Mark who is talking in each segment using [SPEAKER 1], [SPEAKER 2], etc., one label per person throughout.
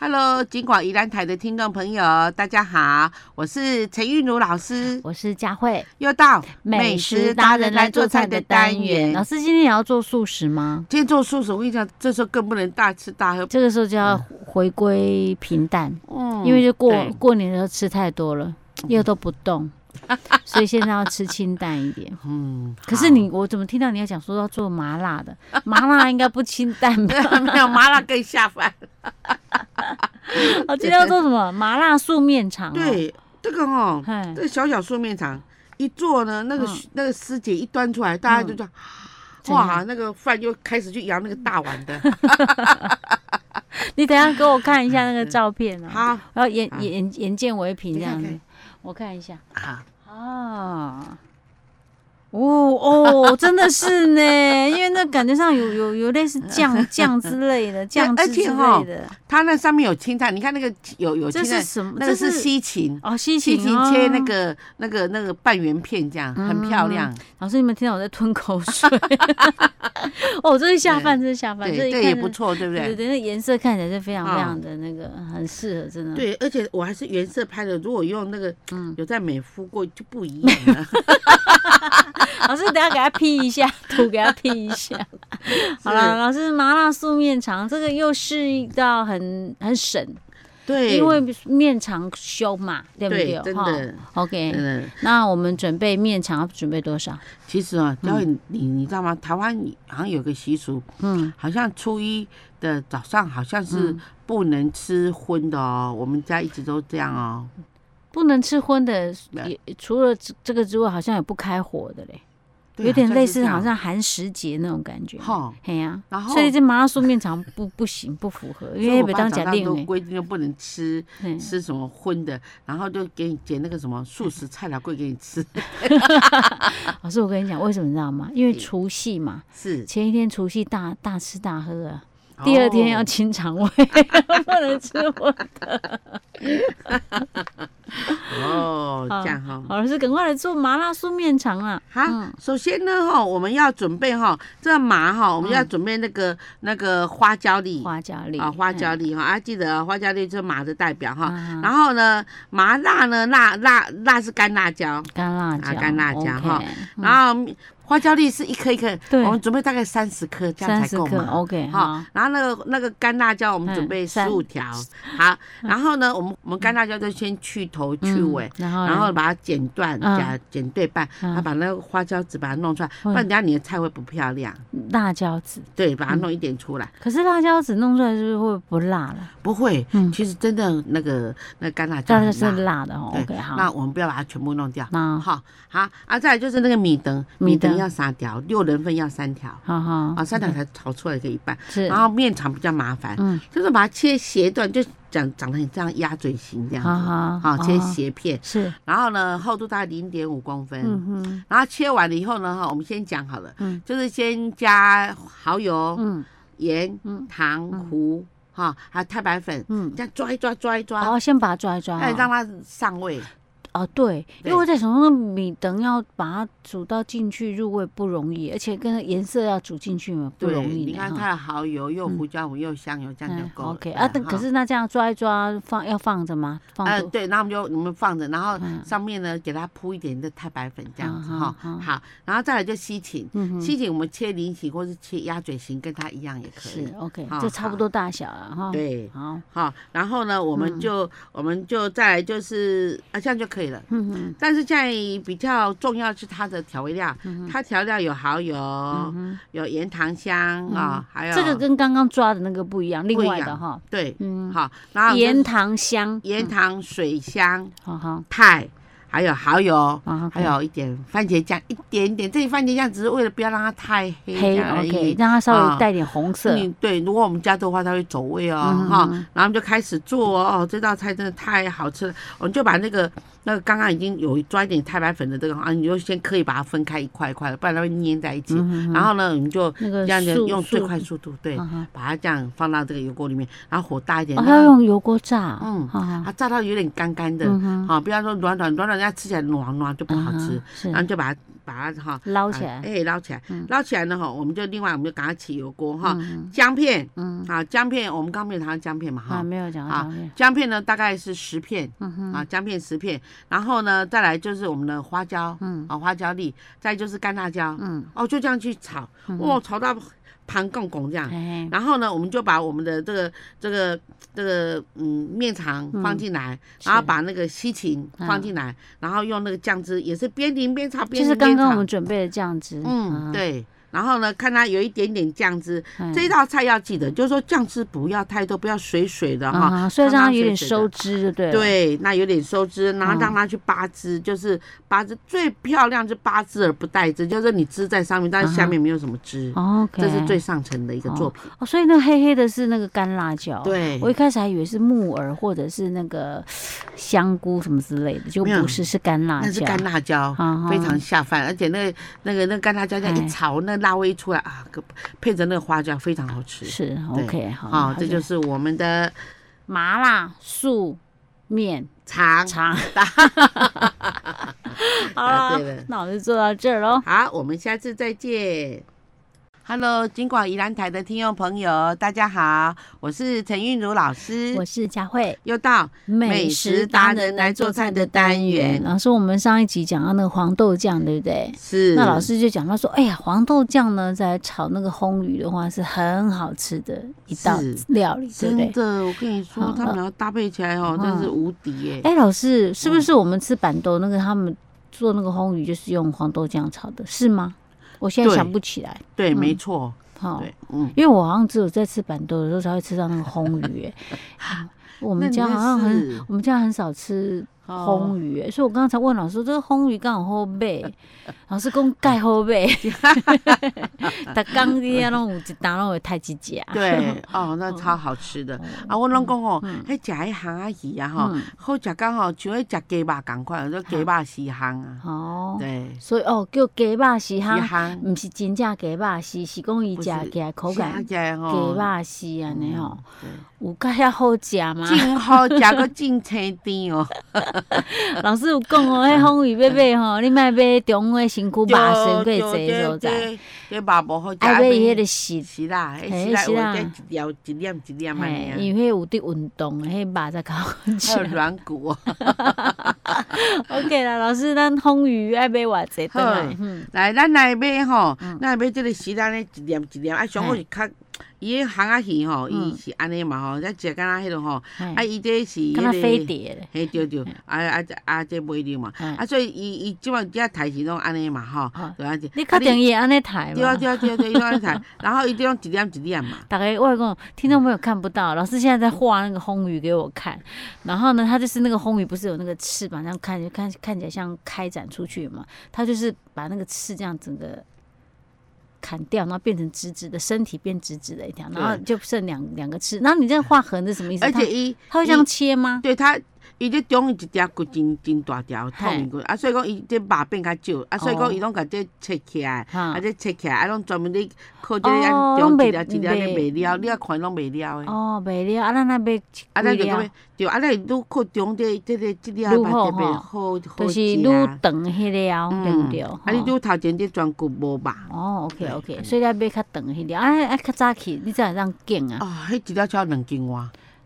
[SPEAKER 1] Hello，金广宜兰台的听众朋友，大家好，我是陈韵如老师，
[SPEAKER 2] 我是佳慧，
[SPEAKER 1] 又到
[SPEAKER 2] 老师今天也要做素食吗？
[SPEAKER 1] 今天做素食，我跟你讲，这时候更不能大吃大喝，
[SPEAKER 2] 这个时候就要回归平淡，
[SPEAKER 1] 嗯
[SPEAKER 2] 因为就过
[SPEAKER 1] 对嗯
[SPEAKER 2] 过年的时候吃太多了，又都不 动，所以现在要吃清淡一点。
[SPEAKER 1] 嗯，
[SPEAKER 2] 可是你，我怎么听到你要讲说要做麻辣 的？麻辣应该不清淡吧？
[SPEAKER 1] 好 没有麻辣更下 饭，
[SPEAKER 2] 哦我哦今天要做什么？麻辣素面肠、哦。，
[SPEAKER 1] 对，这个哦，
[SPEAKER 2] 嗨
[SPEAKER 1] 这，个小小素面肠一做呢，那个
[SPEAKER 2] 嗯
[SPEAKER 1] 那个师姐一端出来，大家就这样。
[SPEAKER 2] 怎样
[SPEAKER 1] 哇，那个饭又开始去舀那个大碗 的，
[SPEAKER 2] 你等一下给我看一下那个照片啊，
[SPEAKER 1] 好
[SPEAKER 2] 然后眼
[SPEAKER 1] 好
[SPEAKER 2] 眼眼眼见为凭
[SPEAKER 1] 你
[SPEAKER 2] 这
[SPEAKER 1] 看
[SPEAKER 2] 样子
[SPEAKER 1] 看，
[SPEAKER 2] 我看一下。
[SPEAKER 1] 啊，
[SPEAKER 2] 啊，哦哦，真的是呢，因为那感觉上有有有类似 酱酱之类的酱
[SPEAKER 1] 而
[SPEAKER 2] 汁
[SPEAKER 1] 且
[SPEAKER 2] 之
[SPEAKER 1] 哈
[SPEAKER 2] 类的，
[SPEAKER 1] 它那上面有青菜，你看那个有有青
[SPEAKER 2] 这
[SPEAKER 1] 菜
[SPEAKER 2] 是，什么？
[SPEAKER 1] 那个
[SPEAKER 2] 这
[SPEAKER 1] 是西芹，
[SPEAKER 2] 哦，西
[SPEAKER 1] 西
[SPEAKER 2] 芹
[SPEAKER 1] 芹切那。
[SPEAKER 2] 哦
[SPEAKER 1] 个那个那个半圆片这样，很漂亮。
[SPEAKER 2] 老师，你们听到我在吞口水？ 哦，这是下饭，这是下饭，
[SPEAKER 1] 对，
[SPEAKER 2] 这一
[SPEAKER 1] 这
[SPEAKER 2] 看
[SPEAKER 1] 也
[SPEAKER 2] 就
[SPEAKER 1] 不错，对不
[SPEAKER 2] 对对
[SPEAKER 1] 对？
[SPEAKER 2] 对，那颜色看起来是非常
[SPEAKER 1] 啊
[SPEAKER 2] 非常的那个，很适合，真的。
[SPEAKER 1] 对，而且我还是原色拍的，如果用那个
[SPEAKER 2] 嗯
[SPEAKER 1] 有在美肤过就不一样 了。
[SPEAKER 2] 老师，等一下给他 P 一下， 图给他 P 一下。好了，老师，麻辣素面肠这个又是一道很很省，
[SPEAKER 1] 对，
[SPEAKER 2] 因为面肠凶嘛，对不
[SPEAKER 1] 对
[SPEAKER 2] 对？
[SPEAKER 1] 真
[SPEAKER 2] 哈
[SPEAKER 1] 的
[SPEAKER 2] OK，
[SPEAKER 1] 嗯，
[SPEAKER 2] 那我们准备面肠要准备多少？
[SPEAKER 1] 其实啊，教你你你知道吗？台湾好像有个习俗，
[SPEAKER 2] 嗯，
[SPEAKER 1] 好像初一的早上好像是不能吃荤的哦，我们家一直都这样哦。
[SPEAKER 2] 不能吃荤的，
[SPEAKER 1] 来
[SPEAKER 2] 也除了这这个之外，好像也不开火的嘞，
[SPEAKER 1] 对啊
[SPEAKER 2] 有点类似
[SPEAKER 1] 好像
[SPEAKER 2] 好
[SPEAKER 1] 是这样
[SPEAKER 2] 像寒食节那种感觉。
[SPEAKER 1] 哈
[SPEAKER 2] 嘿呀，
[SPEAKER 1] 然后
[SPEAKER 2] 所以这麻辣素面肠不不行，不符合，
[SPEAKER 1] 所
[SPEAKER 2] 因
[SPEAKER 1] 以
[SPEAKER 2] 为
[SPEAKER 1] 我
[SPEAKER 2] 北
[SPEAKER 1] 爸
[SPEAKER 2] 当
[SPEAKER 1] 早
[SPEAKER 2] 假
[SPEAKER 1] 上
[SPEAKER 2] 定
[SPEAKER 1] 都
[SPEAKER 2] 嘞。
[SPEAKER 1] 规定就不能吃
[SPEAKER 2] 嘿
[SPEAKER 1] 吃什么荤的，然后就给你捡那个什么素
[SPEAKER 2] 嗯
[SPEAKER 1] 食菜鸟贵给你 吃，
[SPEAKER 2] 老师，我跟你讲，为什么你知道吗？因为除夕嘛，
[SPEAKER 1] 是。
[SPEAKER 2] 前一天除夕大大吃大喝啊， 第二天要
[SPEAKER 1] 哦
[SPEAKER 2] 清肠胃， 不能吃荤。
[SPEAKER 1] 哦，
[SPEAKER 2] 好
[SPEAKER 1] 这样哈。
[SPEAKER 2] 好，老师，赶快来做麻辣素面肠啊！
[SPEAKER 1] 好，首先呢，哈，我们要准备哈，这个麻哈，我们要准备那个那个花椒粒
[SPEAKER 2] 嗯花椒粒嗯
[SPEAKER 1] 啊，花椒
[SPEAKER 2] 粒
[SPEAKER 1] 粒哈，啊，记得哦花椒粒就是麻的代表哈。
[SPEAKER 2] 啊
[SPEAKER 1] 然后呢，麻辣呢，辣辣辣是干辣椒，
[SPEAKER 2] 干辣
[SPEAKER 1] 啊
[SPEAKER 2] 椒，
[SPEAKER 1] 干辣椒
[SPEAKER 2] OK，
[SPEAKER 1] 哈然后花椒粒是一颗一颗，
[SPEAKER 2] 嗯对
[SPEAKER 1] 我们准备大概三十颗，这样
[SPEAKER 2] 三
[SPEAKER 1] 才
[SPEAKER 2] 十
[SPEAKER 1] 够
[SPEAKER 2] 克
[SPEAKER 1] 嘛。
[SPEAKER 2] ，OK
[SPEAKER 1] 好
[SPEAKER 2] 哈，，
[SPEAKER 1] 然后那个那个干辣椒，我们
[SPEAKER 2] 嗯
[SPEAKER 1] 准备十
[SPEAKER 2] 三
[SPEAKER 1] 五条。好，然后呢，我们我们干辣椒就先去头去
[SPEAKER 2] 嗯
[SPEAKER 1] 尾，，
[SPEAKER 2] 然后
[SPEAKER 1] 然后
[SPEAKER 2] 嘞
[SPEAKER 1] 把它剪断，
[SPEAKER 2] 嗯
[SPEAKER 1] 夹剪对半，
[SPEAKER 2] 嗯
[SPEAKER 1] 然后把那个花椒籽把它弄出来，不
[SPEAKER 2] 嗯
[SPEAKER 1] 然等下你的菜会不漂亮。
[SPEAKER 2] 辣椒籽，
[SPEAKER 1] 对，把它
[SPEAKER 2] 嗯
[SPEAKER 1] 弄一点出来，
[SPEAKER 2] 可是辣椒籽弄出来就是会不辣了，
[SPEAKER 1] 不会
[SPEAKER 2] 嗯，
[SPEAKER 1] 其实真的那个那干辣椒
[SPEAKER 2] 但
[SPEAKER 1] 很
[SPEAKER 2] 是是
[SPEAKER 1] 辣。
[SPEAKER 2] 辣的哦
[SPEAKER 1] 对
[SPEAKER 2] ，OK
[SPEAKER 1] 那
[SPEAKER 2] 好，
[SPEAKER 1] 我们不要把它全部弄掉。
[SPEAKER 2] 那
[SPEAKER 1] 好，好啊，再来就是那个米灯，
[SPEAKER 2] 米
[SPEAKER 1] 米灯
[SPEAKER 2] 灯
[SPEAKER 1] 要三条，六人份要三条，
[SPEAKER 2] 好好嗯
[SPEAKER 1] 啊，三条才炒出来一个一半。
[SPEAKER 2] 是
[SPEAKER 1] 然，后面肠比较麻烦，
[SPEAKER 2] 嗯，
[SPEAKER 1] 就是把它切斜段，就长长得很这样鸭嘴型这样子，
[SPEAKER 2] 好好
[SPEAKER 1] 嗯好切
[SPEAKER 2] 哦
[SPEAKER 1] 斜片，
[SPEAKER 2] 是，
[SPEAKER 1] 然后呢厚度大概零点五公分，
[SPEAKER 2] 嗯哼，
[SPEAKER 1] 然后切完了以后呢，哈，我们先讲好了，
[SPEAKER 2] 嗯
[SPEAKER 1] 就是先加蚝油、
[SPEAKER 2] 嗯
[SPEAKER 1] 盐、
[SPEAKER 2] 嗯
[SPEAKER 1] 糖、糊，哈，还有太白粉，
[SPEAKER 2] 嗯，
[SPEAKER 1] 这样抓一抓，抓一抓，
[SPEAKER 2] 哦，先把它抓一抓
[SPEAKER 1] 哎，
[SPEAKER 2] 哦，
[SPEAKER 1] 让它上味。
[SPEAKER 2] 哦，对，因
[SPEAKER 1] 对
[SPEAKER 2] 为我在想说，米等要把它煮到进去入味不容易，而且跟它颜色要煮进去嘛不
[SPEAKER 1] 对，
[SPEAKER 2] 容易
[SPEAKER 1] 你
[SPEAKER 2] 呢
[SPEAKER 1] 看
[SPEAKER 2] 哈
[SPEAKER 1] 它的蚝油又胡椒粉又香油，这样就
[SPEAKER 2] 嗯
[SPEAKER 1] 够了。
[SPEAKER 2] ，OK
[SPEAKER 1] 对
[SPEAKER 2] 啊，但
[SPEAKER 1] 哈
[SPEAKER 2] 可是那这样抓一抓，放要放着吗？放
[SPEAKER 1] 呃，
[SPEAKER 2] 多
[SPEAKER 1] 对，那我们就我们放着，然后
[SPEAKER 2] 嗯
[SPEAKER 1] 上面呢给它铺一点的太白粉这样子
[SPEAKER 2] 嗯
[SPEAKER 1] 哈。
[SPEAKER 2] 嗯嗯
[SPEAKER 1] 好，然后再来就西芹，
[SPEAKER 2] 嗯哼
[SPEAKER 1] 西芹我们切菱形或是切鸭嘴形，跟它一样也可以
[SPEAKER 2] 是。OK，
[SPEAKER 1] 好
[SPEAKER 2] 就差不
[SPEAKER 1] 好
[SPEAKER 2] 多大小了哈。，
[SPEAKER 1] 对，嗯
[SPEAKER 2] 好，
[SPEAKER 1] 好，然后呢，我们就、我们就再来就是啊，这样就可以了。
[SPEAKER 2] 嗯哼，
[SPEAKER 1] 但是现在比较重要是它的调味料，它调料有蚝油，
[SPEAKER 2] 哼
[SPEAKER 1] 有盐糖香啊、还有
[SPEAKER 2] 嗯这个跟刚刚抓的那个不一样，另
[SPEAKER 1] 不一
[SPEAKER 2] 外的
[SPEAKER 1] 样
[SPEAKER 2] 哈，
[SPEAKER 1] 对，
[SPEAKER 2] 嗯，
[SPEAKER 1] 好，然后就是
[SPEAKER 2] 盐糖香，
[SPEAKER 1] 盐糖、水香、
[SPEAKER 2] 好好，
[SPEAKER 1] 太，还有蚝油。
[SPEAKER 2] 啊，
[SPEAKER 1] 还有一点番茄酱，一点点。这里番茄酱只是为了不要让它太黑这
[SPEAKER 2] 黑
[SPEAKER 1] 样而
[SPEAKER 2] ，OK，
[SPEAKER 1] 已。
[SPEAKER 2] 让它稍
[SPEAKER 1] 啊
[SPEAKER 2] 微带点红色，哦
[SPEAKER 1] 嗯对，如果我们家的话，它会走味哦，
[SPEAKER 2] 嗯
[SPEAKER 1] 哈、
[SPEAKER 2] 嗯嗯
[SPEAKER 1] 然后我们就开始做哦，哦这道菜真的太好吃了。我们就把那个那个刚刚已经有抓一点太白粉的这个啊，你就先可以把它分开一块一块的，不然它会粘在一起。
[SPEAKER 2] 嗯
[SPEAKER 1] 然后呢，你就
[SPEAKER 2] 那
[SPEAKER 1] 这
[SPEAKER 2] 个
[SPEAKER 1] 样子
[SPEAKER 2] 素
[SPEAKER 1] 用最
[SPEAKER 2] 素
[SPEAKER 1] 快速度，对，
[SPEAKER 2] 嗯哼
[SPEAKER 1] 把它这样放到这个油锅里面，然后火大一点，
[SPEAKER 2] 哦，
[SPEAKER 1] 让
[SPEAKER 2] 要
[SPEAKER 1] 它
[SPEAKER 2] 用油锅炸，
[SPEAKER 1] 嗯
[SPEAKER 2] 好好
[SPEAKER 1] 它炸到有点干干的，
[SPEAKER 2] 嗯哼
[SPEAKER 1] 啊，不要说软软软软，人家吃起来软软就不好吃。
[SPEAKER 2] 嗯哼是
[SPEAKER 1] 然后就把它把它哈
[SPEAKER 2] 捞起来
[SPEAKER 1] 啊哎、捞起来，捞起来呢哈，我们就另外我们就赶快起油锅哈，
[SPEAKER 2] 嗯
[SPEAKER 1] 姜片
[SPEAKER 2] 嗯，
[SPEAKER 1] 啊，姜片我们刚没有谈到姜片嘛
[SPEAKER 2] 啊，
[SPEAKER 1] 哈，
[SPEAKER 2] 没有讲到
[SPEAKER 1] 啊
[SPEAKER 2] 照片，
[SPEAKER 1] 姜片呢大概是十片
[SPEAKER 2] 嗯哼，
[SPEAKER 1] 啊，姜片十片，然后呢再来就是我们的花椒，
[SPEAKER 2] 嗯
[SPEAKER 1] 啊花椒粒，再就是干辣椒，
[SPEAKER 2] 嗯，
[SPEAKER 1] 哦就这样去炒，哇炒到盘拱拱这样，
[SPEAKER 2] 哎，
[SPEAKER 1] 然后呢我们就把我们的这个这个这个嗯面肠放进来，
[SPEAKER 2] 是嗯
[SPEAKER 1] 然后把那个西芹放进来，然后用那个酱汁也是边淋边炒
[SPEAKER 2] 就
[SPEAKER 1] 边
[SPEAKER 2] 是
[SPEAKER 1] 淋
[SPEAKER 2] 刚
[SPEAKER 1] 边
[SPEAKER 2] 刚我
[SPEAKER 1] 炒
[SPEAKER 2] 们，准备的酱汁，
[SPEAKER 1] 嗯
[SPEAKER 2] 啊，
[SPEAKER 1] 对。然后呢，看它有一点点酱汁，
[SPEAKER 2] 哎
[SPEAKER 1] 这道菜要记得，就是说酱汁不要太多，不要水水的哈，
[SPEAKER 2] 啊，所以让它有点收
[SPEAKER 1] 收
[SPEAKER 2] 汁，就对了，
[SPEAKER 1] 对，那有点收汁，然后
[SPEAKER 2] 嗯
[SPEAKER 1] 让它去扒汁，就是扒汁最漂亮就扒汁而不带汁，就是你汁在上面，但是下面没有什么汁，
[SPEAKER 2] 啊哦，OK，
[SPEAKER 1] 这是最上乘的一个作品。
[SPEAKER 2] 哦，所以那黑黑的是那个干辣椒，。
[SPEAKER 1] 对，
[SPEAKER 2] 我一开始还以为是木耳或者是那个香菇什么之类的，就
[SPEAKER 1] 没有
[SPEAKER 2] 不是，是干辣椒。
[SPEAKER 1] 那是干辣椒，
[SPEAKER 2] 哦啊哈
[SPEAKER 1] 非常下饭，而且那个那个那个干辣椒这样
[SPEAKER 2] 哎
[SPEAKER 1] 一炒，那辣味一出来啊，可配着那个花椒非常好吃。
[SPEAKER 2] 是
[SPEAKER 1] 对
[SPEAKER 2] OK 好，
[SPEAKER 1] 好、
[SPEAKER 2] 那它
[SPEAKER 1] 这就是我们的
[SPEAKER 2] 麻辣素面
[SPEAKER 1] 肠。
[SPEAKER 2] 肠。
[SPEAKER 1] 嗯
[SPEAKER 2] 好
[SPEAKER 1] 答
[SPEAKER 2] 啦
[SPEAKER 1] 对了，
[SPEAKER 2] 那我就做到这儿喽。
[SPEAKER 1] 好，我们下次再见。Hello，金广宜兰台的听众朋友，大家好，我是陈韵如老师
[SPEAKER 2] 我。是佳慧，
[SPEAKER 1] 又到
[SPEAKER 2] 美食达人来做菜的单元。老师，我们上一集讲到那个黄豆酱，对不对？
[SPEAKER 1] 是
[SPEAKER 2] 那老师就讲到说，哎呀，黄豆酱呢，在炒那个烘鱼的话是很好吃的一道
[SPEAKER 1] 是
[SPEAKER 2] 料理，对不
[SPEAKER 1] 真
[SPEAKER 2] 对？
[SPEAKER 1] 的，我跟你说
[SPEAKER 2] 好，嗯
[SPEAKER 1] 他们俩搭配起来哦，真是无敌耶！
[SPEAKER 2] 哎，老师，是不是我们吃板豆那个他们做那个烘鱼就是用黄豆酱炒的，是吗？我现在
[SPEAKER 1] 对
[SPEAKER 2] 想不起来。
[SPEAKER 1] 对，没错，
[SPEAKER 2] 好，
[SPEAKER 1] 对，嗯，
[SPEAKER 2] 因为我好像只有在吃板豆的时候才会吃到那个烘鱼、欸， 我
[SPEAKER 1] 那
[SPEAKER 2] 们
[SPEAKER 1] 你
[SPEAKER 2] 家
[SPEAKER 1] 会
[SPEAKER 2] 好像很
[SPEAKER 1] 是，
[SPEAKER 2] 我们家很少吃烘
[SPEAKER 1] 哦
[SPEAKER 2] 鱼、欸，所以我刚才问老师，这个烘鱼刚好后背，老师讲盖后背，他刚底下拢有一单拢会太几只，
[SPEAKER 1] 对，哦，那超好吃的啊！我拢讲哦，迄食迄行阿姨啊吼
[SPEAKER 2] 嗯，
[SPEAKER 1] 好食到吼，像迄食鸡肉共款，叫鸡肉四行啊，
[SPEAKER 2] 哦，
[SPEAKER 1] 对，
[SPEAKER 2] 所以哦叫鸡肉是
[SPEAKER 1] 四
[SPEAKER 2] 哈，
[SPEAKER 1] 行。
[SPEAKER 2] 唔是真正鸡肉是是讲伊
[SPEAKER 1] 不
[SPEAKER 2] 食
[SPEAKER 1] 是
[SPEAKER 2] 起来口感鸡
[SPEAKER 1] 吃起来吼，嗯
[SPEAKER 2] 肉是安尼哦，
[SPEAKER 1] 对
[SPEAKER 2] 有介遐好食吗？
[SPEAKER 1] 真好食个真青甜哦，
[SPEAKER 2] 老师有讲哦，迄风雨要买吼，你莫买中央的身躯麻身过
[SPEAKER 1] 对
[SPEAKER 2] 济所在，，
[SPEAKER 1] 这肉无好食，
[SPEAKER 2] 爱买伊迄个是，
[SPEAKER 1] 是啦，
[SPEAKER 2] 嘿
[SPEAKER 1] 迄是
[SPEAKER 2] 是啦
[SPEAKER 1] 啦，我这一条一粒一粒安
[SPEAKER 2] 嘿，
[SPEAKER 1] 尼啊，
[SPEAKER 2] 因为迄有伫运动的，迄肉才较好
[SPEAKER 1] 还有
[SPEAKER 2] 食。
[SPEAKER 1] 软骨哦。
[SPEAKER 2] OK 啦，老师，咱风雨爱买偌济倒来
[SPEAKER 1] 好，
[SPEAKER 2] 嗯，
[SPEAKER 1] 来，咱来买吼，咱来买这个是咱咧一粒一粒，啊，上好是较，伊迄行啊鱼吼，伊是安尼嘛吼，咱食敢若迄落吼，啊，
[SPEAKER 2] 嘿
[SPEAKER 1] 伊这是
[SPEAKER 2] 敢若
[SPEAKER 1] 迄
[SPEAKER 2] 飞
[SPEAKER 1] 个。
[SPEAKER 2] 碟咧，
[SPEAKER 1] 嘿，对对，啊啊啊，这买着嘛，
[SPEAKER 2] 嗯
[SPEAKER 1] 啊，所以伊伊即摆即下台是拢安尼嘛吼
[SPEAKER 2] 好，
[SPEAKER 1] 就安尼。
[SPEAKER 2] 你
[SPEAKER 1] 啊
[SPEAKER 2] 确定伊会安尼抬
[SPEAKER 1] 对啊
[SPEAKER 2] 吗？
[SPEAKER 1] 对啊对啊对啊，伊拢在谈，然后伊就用一点一点嘛。
[SPEAKER 2] 大概我跟你讲，听众朋友看不到，啊老师现在在画那个风雨给我看。然后呢，它就是那个风雨不是有那个翅膀，这样看就看看起来像开展出去嘛。它就是把那个翅这样整个砍掉，然后变成直直的，身体变直直的一条，然后
[SPEAKER 1] 对
[SPEAKER 2] 就剩两两个翅。然后你这样画横的什么意思？
[SPEAKER 1] 而
[SPEAKER 2] 它
[SPEAKER 1] 且伊
[SPEAKER 2] 它会这样切吗？
[SPEAKER 1] 对它，伊这中间一条骨真真大条，
[SPEAKER 2] 嘿
[SPEAKER 1] 透明骨，啊，所以讲伊这肉变较少，啊，所以
[SPEAKER 2] 哦
[SPEAKER 1] 讲伊拢甲这切起来，
[SPEAKER 2] 哈
[SPEAKER 1] 啊，这切起来，啊，拢专门咧靠这
[SPEAKER 2] 哦
[SPEAKER 1] 安
[SPEAKER 2] 拢
[SPEAKER 1] 中
[SPEAKER 2] 袂
[SPEAKER 1] 一条一条咧
[SPEAKER 2] 袂
[SPEAKER 1] 卖了，你啊看拢卖了的。
[SPEAKER 2] 哦，袂了，啊，咱那边
[SPEAKER 1] 啊，咱就
[SPEAKER 2] 几
[SPEAKER 1] 讲
[SPEAKER 2] 条
[SPEAKER 1] 要，对，啊，咱愈靠中这这个这条
[SPEAKER 2] 愈
[SPEAKER 1] 肉
[SPEAKER 2] 好
[SPEAKER 1] 特别
[SPEAKER 2] 吼
[SPEAKER 1] 好好
[SPEAKER 2] 就是
[SPEAKER 1] 食
[SPEAKER 2] 愈长迄条，对不对？
[SPEAKER 1] 啊，你
[SPEAKER 2] 吼
[SPEAKER 1] 愈头前这全骨无肉，
[SPEAKER 2] 哦，OK
[SPEAKER 1] 对
[SPEAKER 2] OK，所以咱买较长迄条，啊啊较早起，你才会让拣啊。
[SPEAKER 1] 啊，迄一条超两斤外，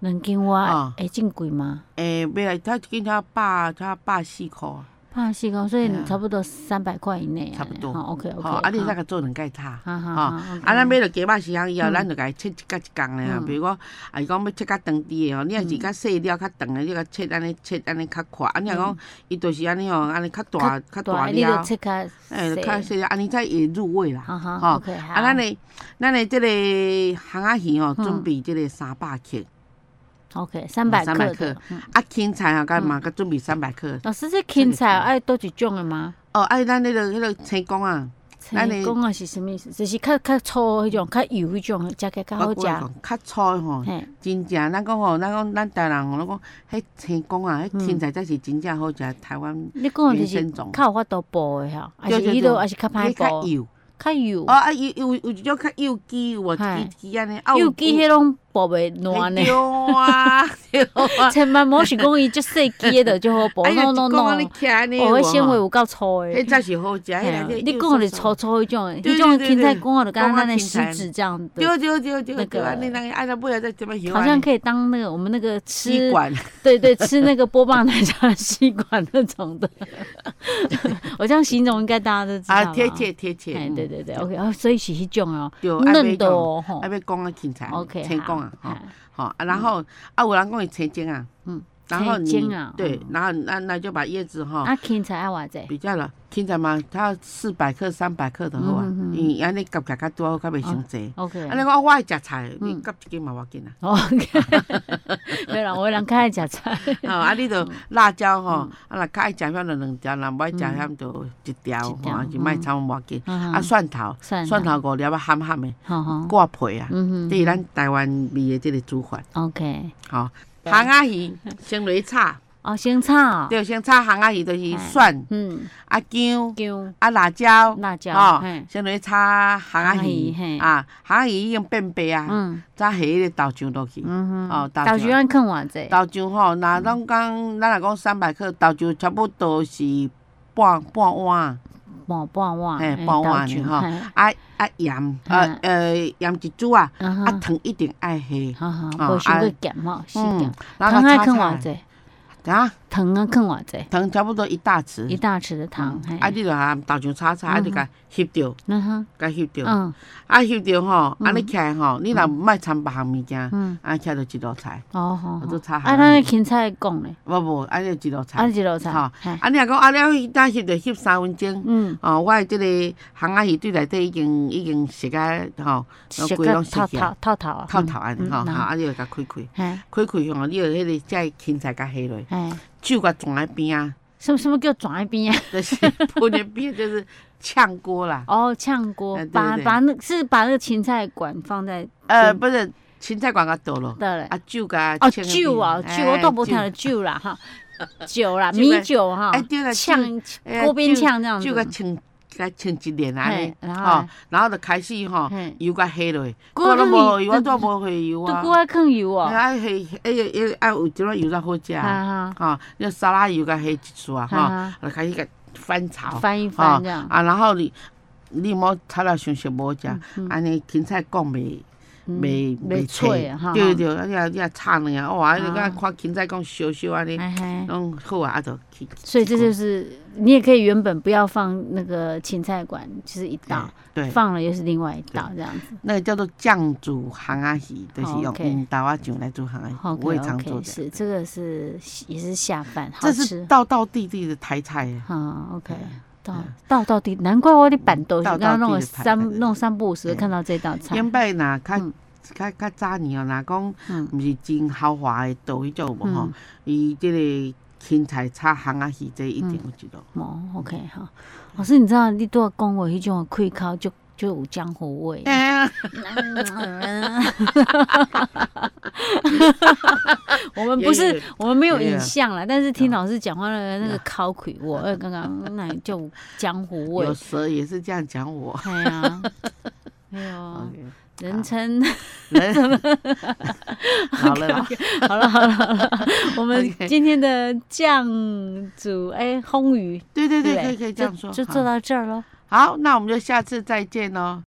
[SPEAKER 2] 两斤我
[SPEAKER 1] 啊
[SPEAKER 2] 会真贵吗？
[SPEAKER 1] 诶，买来它一斤才百才百四箍，
[SPEAKER 2] 怕四公，所以
[SPEAKER 1] 对啊
[SPEAKER 2] 差不多三百块以内啊。
[SPEAKER 1] 差不多
[SPEAKER 2] OK OK。
[SPEAKER 1] 吼，啊，你再
[SPEAKER 2] 好
[SPEAKER 1] 甲做两盖塔。
[SPEAKER 2] 好好
[SPEAKER 1] 啊
[SPEAKER 2] 好，
[SPEAKER 1] 啊，咱
[SPEAKER 2] 要
[SPEAKER 1] 买落鸡肉时香以
[SPEAKER 2] 嗯
[SPEAKER 1] 后，咱就甲伊切一角一角咧啊。比如讲，啊，伊讲要切较长啲的吼，你若
[SPEAKER 2] 嗯
[SPEAKER 1] 是较细了、较长的，你甲切安尼切安尼较宽。啊，你若讲伊就是安尼吼，安尼较大较大
[SPEAKER 2] 嗯啊你就
[SPEAKER 1] 了，
[SPEAKER 2] 切开。
[SPEAKER 1] 哎，较细了，安尼才会入味啦。
[SPEAKER 2] 哈哈
[SPEAKER 1] 吼
[SPEAKER 2] OK，
[SPEAKER 1] 啊，咱的咱的即个巷仔鱼
[SPEAKER 2] 嗯
[SPEAKER 1] 吼，准备即个三百克，
[SPEAKER 2] OK 三百
[SPEAKER 1] 300
[SPEAKER 2] 克的
[SPEAKER 1] 克。
[SPEAKER 2] 嗯
[SPEAKER 1] 啊，芹菜吼，甲嘛甲准备三百克。
[SPEAKER 2] 老师，这芹菜爱多几种的吗？
[SPEAKER 1] 哦，啊，咱迄个迄个青公啊，咱的
[SPEAKER 2] 青讲啊是什么意思？就是较较粗迄种，较油迄种，食起来较好
[SPEAKER 1] 我
[SPEAKER 2] 食。
[SPEAKER 1] 讲较粗的吼。
[SPEAKER 2] 嘿，
[SPEAKER 1] 真正，咱讲吼，咱讲咱台湾人吼，咱讲迄青公啊，
[SPEAKER 2] 嗯
[SPEAKER 1] 迄青菜才是真正好食。台湾
[SPEAKER 2] 你讲的就
[SPEAKER 1] 原
[SPEAKER 2] 是
[SPEAKER 1] 生种
[SPEAKER 2] 较有法度剥的吼，还
[SPEAKER 1] 对
[SPEAKER 2] 是
[SPEAKER 1] 对
[SPEAKER 2] 伊都
[SPEAKER 1] 对
[SPEAKER 2] 还是较
[SPEAKER 1] 伊
[SPEAKER 2] 歹
[SPEAKER 1] 较
[SPEAKER 2] 剥，
[SPEAKER 1] 幼，
[SPEAKER 2] 较油
[SPEAKER 1] 哦。啊，有有有一种较幼鸡有无？
[SPEAKER 2] 嘿
[SPEAKER 1] 一支鸡安尼，啊
[SPEAKER 2] 有机迄拢剥袂烂呢
[SPEAKER 1] 对。啊，对啊。
[SPEAKER 2] 千万莫是讲伊足细支的就好剥
[SPEAKER 1] 哎呀，
[SPEAKER 2] ，no no
[SPEAKER 1] 一讲安
[SPEAKER 2] no，
[SPEAKER 1] 尼徛呢，
[SPEAKER 2] 哦，迄纤维有够粗的。
[SPEAKER 1] 迄才是好食。
[SPEAKER 2] 嘿啊
[SPEAKER 1] 迄
[SPEAKER 2] 你讲的是粗，粗迄种的，
[SPEAKER 1] 对
[SPEAKER 2] 迄种
[SPEAKER 1] 对啊
[SPEAKER 2] 芹菜
[SPEAKER 1] 对
[SPEAKER 2] 光的，刚
[SPEAKER 1] 讲
[SPEAKER 2] 刚那
[SPEAKER 1] 到
[SPEAKER 2] 那
[SPEAKER 1] 芹菜
[SPEAKER 2] 食指这样
[SPEAKER 1] 对
[SPEAKER 2] 的，
[SPEAKER 1] 对对对对，
[SPEAKER 2] 那个
[SPEAKER 1] 安尼那个按照不要再怎么喜
[SPEAKER 2] 好像可以当那个我们那个
[SPEAKER 1] 吸
[SPEAKER 2] 吃，啊
[SPEAKER 1] 管，
[SPEAKER 2] 对对，吃那个波棒奶茶的吸管那种的。 我这样形容应该大家都知道
[SPEAKER 1] 啊，
[SPEAKER 2] 吧
[SPEAKER 1] 贴。切贴切。
[SPEAKER 2] 哎，
[SPEAKER 1] 嗯
[SPEAKER 2] 对对对，OK，哦，所以是迄种哦，
[SPEAKER 1] 对，啊
[SPEAKER 2] 嫩的哦，吼
[SPEAKER 1] 要讲啊要讲啊，芹菜
[SPEAKER 2] ，OK，
[SPEAKER 1] 先
[SPEAKER 2] 好
[SPEAKER 1] 讲啊，吼
[SPEAKER 2] 哎
[SPEAKER 1] 吼，啊然后啊，有人讲是青椒啊，
[SPEAKER 2] 嗯，
[SPEAKER 1] 然后
[SPEAKER 2] 青
[SPEAKER 1] 你
[SPEAKER 2] 椒啊
[SPEAKER 1] 对
[SPEAKER 2] 哦，
[SPEAKER 1] 然后那那就把叶子哈
[SPEAKER 2] 啊，芹菜爱偌济，
[SPEAKER 1] 比较了，芹菜嘛，它四百克、三百克的好啊
[SPEAKER 2] 嗯嗯，嗯
[SPEAKER 1] 因为安尼夹夹较多，较袂伤济。
[SPEAKER 2] OK
[SPEAKER 1] 啊，你讲我爱食菜，你
[SPEAKER 2] 嗯
[SPEAKER 1] 夹一斤嘛无要紧啊。
[SPEAKER 2] OK，没有啦，我人较爱食菜，
[SPEAKER 1] 啊，啊，你
[SPEAKER 2] 嗯
[SPEAKER 1] 著辣椒吼，啊，若较爱食遐就两条，若无爱食遐就一条，
[SPEAKER 2] 嗯一条
[SPEAKER 1] 吼，啊就卖
[SPEAKER 2] 嗯
[SPEAKER 1] 掺无要紧。 啊，
[SPEAKER 2] 啊
[SPEAKER 1] 蒜头，
[SPEAKER 2] 蒜
[SPEAKER 1] 蒜头五粒啊，憨憨的，
[SPEAKER 2] 好好，
[SPEAKER 1] 挂皮啊，
[SPEAKER 2] 嗯
[SPEAKER 1] 这是咱台湾味的这个煮法。
[SPEAKER 2] 哼，OK，
[SPEAKER 1] 吼、
[SPEAKER 2] 嗯
[SPEAKER 1] 烘仔鱼先落去炒，
[SPEAKER 2] 哦，先炒，
[SPEAKER 1] 对，先炒烘仔鱼就是
[SPEAKER 2] 哎
[SPEAKER 1] 蒜、
[SPEAKER 2] 嗯，
[SPEAKER 1] 啊姜、
[SPEAKER 2] 姜、
[SPEAKER 1] 啊辣椒，
[SPEAKER 2] 辣椒，
[SPEAKER 1] 吼
[SPEAKER 2] 嘿，
[SPEAKER 1] 先落去炒烘仔
[SPEAKER 2] 烘仔
[SPEAKER 1] 鱼，
[SPEAKER 2] 鱼嘿
[SPEAKER 1] 啊，烘仔鱼已经变白啊，
[SPEAKER 2] 嗯
[SPEAKER 1] 再下迄个豆浆落去，
[SPEAKER 2] 嗯
[SPEAKER 1] 哦
[SPEAKER 2] 哼，
[SPEAKER 1] 豆
[SPEAKER 2] 豆
[SPEAKER 1] 浆
[SPEAKER 2] 豉咱放偌济，
[SPEAKER 1] 豆浆吼，若咱讲，咱若讲三百克豆浆，差不多是半半碗，
[SPEAKER 2] 半半碗，
[SPEAKER 1] 嘿
[SPEAKER 2] 哎
[SPEAKER 1] 半碗
[SPEAKER 2] 豆
[SPEAKER 1] 呢
[SPEAKER 2] 豉
[SPEAKER 1] 吼
[SPEAKER 2] 嘿
[SPEAKER 1] 啊啊盐，呃
[SPEAKER 2] 嗯
[SPEAKER 1] 呃盐一煮啊，
[SPEAKER 2] 嗯
[SPEAKER 1] 啊
[SPEAKER 2] 哼，
[SPEAKER 1] 糖一定爱下，
[SPEAKER 2] 好好，
[SPEAKER 1] 啊嗯
[SPEAKER 2] 无伤过咸吼，是咸，，
[SPEAKER 1] 然后
[SPEAKER 2] 糖
[SPEAKER 1] 甲
[SPEAKER 2] 爱
[SPEAKER 1] 炒
[SPEAKER 2] 放偌
[SPEAKER 1] 炒，
[SPEAKER 2] 济，
[SPEAKER 1] 啊，
[SPEAKER 2] 糖啊放偌济，
[SPEAKER 1] 糖差不多一大匙，
[SPEAKER 2] 一大匙的糖，嘿
[SPEAKER 1] 嗯，啊，你就含豆浆炒炒，啊，你甲翕着，
[SPEAKER 2] 嗯哼，
[SPEAKER 1] 甲翕着，
[SPEAKER 2] 嗯
[SPEAKER 1] 啊，翕着吼，安尼起来吼，你若莫掺别项物件，
[SPEAKER 2] 嗯，
[SPEAKER 1] 啊，起来就一道菜，
[SPEAKER 2] 哦好，
[SPEAKER 1] 我都
[SPEAKER 2] 好
[SPEAKER 1] 炒
[SPEAKER 2] 啊，
[SPEAKER 1] 下
[SPEAKER 2] 咱
[SPEAKER 1] 来
[SPEAKER 2] 的。芹菜讲咧，
[SPEAKER 1] 无无，安尼就一道
[SPEAKER 2] 啊，
[SPEAKER 1] 菜。
[SPEAKER 2] 一道菜
[SPEAKER 1] 好，
[SPEAKER 2] 嘿
[SPEAKER 1] 啊，你若讲啊了，当翕着翕三分钟。
[SPEAKER 2] 嗯，
[SPEAKER 1] 哦，我的即个行仔鱼对内底已经已经熟啊，吼，拢
[SPEAKER 2] 食
[SPEAKER 1] 规拢
[SPEAKER 2] 个
[SPEAKER 1] 熟
[SPEAKER 2] 透
[SPEAKER 1] 起来
[SPEAKER 2] 透透透啊，
[SPEAKER 1] 透透安尼吼，
[SPEAKER 2] 嗯
[SPEAKER 1] 哈，
[SPEAKER 2] 嗯
[SPEAKER 1] 啊，你就甲开开，
[SPEAKER 2] 哎
[SPEAKER 1] 开开吼，你就迄个再芹菜甲下落，
[SPEAKER 2] 哎，
[SPEAKER 1] 酒甲装喺边啊，
[SPEAKER 2] 什么什么叫转一边啊？
[SPEAKER 1] 就是喷在边就是炝锅啦。
[SPEAKER 2] 哦，炝锅
[SPEAKER 1] 哎对，
[SPEAKER 2] 把
[SPEAKER 1] 对
[SPEAKER 2] 把那是把那个芹菜管放在
[SPEAKER 1] 呃，
[SPEAKER 2] 嗯
[SPEAKER 1] 不是芹菜管甲倒落。
[SPEAKER 2] 的嘞。
[SPEAKER 1] 啊，酒甲
[SPEAKER 2] 哦，
[SPEAKER 1] 呛那
[SPEAKER 2] 酒啊，
[SPEAKER 1] 边
[SPEAKER 2] 酒我都
[SPEAKER 1] 哎
[SPEAKER 2] 无听
[SPEAKER 1] 酒
[SPEAKER 2] 到酒啦 哈，酒啦，
[SPEAKER 1] 酒啊
[SPEAKER 2] 米酒哈
[SPEAKER 1] 哎对了，酒
[SPEAKER 2] 呛
[SPEAKER 1] 哎
[SPEAKER 2] 锅边
[SPEAKER 1] 酒
[SPEAKER 2] 呛这样
[SPEAKER 1] 酒甲
[SPEAKER 2] 子，
[SPEAKER 1] 呛，甲呛一脸啊安尼
[SPEAKER 2] 嘿，然后
[SPEAKER 1] 吼
[SPEAKER 2] 嘞，
[SPEAKER 1] 然后就开始吼
[SPEAKER 2] 嘿，
[SPEAKER 1] 油甲下落，
[SPEAKER 2] 哎嗯锅
[SPEAKER 1] 我哦都
[SPEAKER 2] 都
[SPEAKER 1] 无
[SPEAKER 2] 是
[SPEAKER 1] 油，我都无下油
[SPEAKER 2] 都都
[SPEAKER 1] 啊。
[SPEAKER 2] 锅爱放油哦，
[SPEAKER 1] 啊，下哎呀，哎啊，有点仔油才好食啊。
[SPEAKER 2] 哈
[SPEAKER 1] 吼，那沙拉油甲下一撮啊吼，
[SPEAKER 2] 哈
[SPEAKER 1] 就开始甲翻炒
[SPEAKER 2] 哈，，翻一
[SPEAKER 1] 吼
[SPEAKER 2] 翻这样，
[SPEAKER 1] 啊，然后你你莫炒了伤熟无食，安尼芹菜讲袂
[SPEAKER 2] 嗯
[SPEAKER 1] 袂
[SPEAKER 2] 袂脆啊哈
[SPEAKER 1] 对对，啊你啊你啊炒两下，哇，你
[SPEAKER 2] 啊
[SPEAKER 1] 敢看芹菜讲烧烧安尼，
[SPEAKER 2] 哎嘿，
[SPEAKER 1] 拢好啊，啊就起。
[SPEAKER 2] 所以这
[SPEAKER 1] 嗯
[SPEAKER 2] 就是你也可以原本不要放那个芹菜管，就是一道
[SPEAKER 1] 哎，对，
[SPEAKER 2] 放了又是另外一道这样子。
[SPEAKER 1] 那个叫做酱煮杭阿鱼，就是
[SPEAKER 2] 哦
[SPEAKER 1] 用
[SPEAKER 2] ，OK
[SPEAKER 1] 红豆啊酱来煮杭阿鱼，
[SPEAKER 2] OK
[SPEAKER 1] 我也常做
[SPEAKER 2] OK，
[SPEAKER 1] 的。
[SPEAKER 2] 是这个是也是下饭，好
[SPEAKER 1] 这
[SPEAKER 2] 吃
[SPEAKER 1] 是。道道地地的台菜啊。
[SPEAKER 2] 啊，OK，
[SPEAKER 1] 对嗯
[SPEAKER 2] 到到到底，难怪我的板豆，
[SPEAKER 1] 到
[SPEAKER 2] 刚刚弄
[SPEAKER 1] 到
[SPEAKER 2] 了
[SPEAKER 1] 底的盘
[SPEAKER 2] 三
[SPEAKER 1] 对对对
[SPEAKER 2] 弄三不五时
[SPEAKER 1] 对
[SPEAKER 2] 看到这道菜，
[SPEAKER 1] 顶摆若较
[SPEAKER 2] 嗯
[SPEAKER 1] 较较早年哦，若讲
[SPEAKER 2] 嗯
[SPEAKER 1] 毋是真豪华的道迄种有无吼
[SPEAKER 2] 嗯，
[SPEAKER 1] 伊即个芹菜炒烘啊鱼，这一定有一道。
[SPEAKER 2] 哦，OK 好，老师你知道你多讲我一种的开口就就有江湖味，
[SPEAKER 1] 哎
[SPEAKER 2] 我们不
[SPEAKER 1] 有有
[SPEAKER 2] 是
[SPEAKER 1] 有
[SPEAKER 2] 我们没有
[SPEAKER 1] 有有
[SPEAKER 2] 影像啦，但是听
[SPEAKER 1] 有
[SPEAKER 2] 老师讲话的那个口口，我呃刚刚那就有江湖味
[SPEAKER 1] 有，蛇也是这样讲我。
[SPEAKER 2] 哎 呀，哎呦，
[SPEAKER 1] OK，
[SPEAKER 2] 人称
[SPEAKER 1] 人老了啦，
[SPEAKER 2] 好了好了 好了，我们
[SPEAKER 1] OK
[SPEAKER 2] 今天的酱煮哎烘鱼，
[SPEAKER 1] 对对对，
[SPEAKER 2] 对不
[SPEAKER 1] 可以
[SPEAKER 2] 对？
[SPEAKER 1] 可以这
[SPEAKER 2] 就
[SPEAKER 1] 样说。
[SPEAKER 2] 就做
[SPEAKER 1] 好
[SPEAKER 2] 到这儿喽。
[SPEAKER 1] 好，那我们就下次再见喽。哦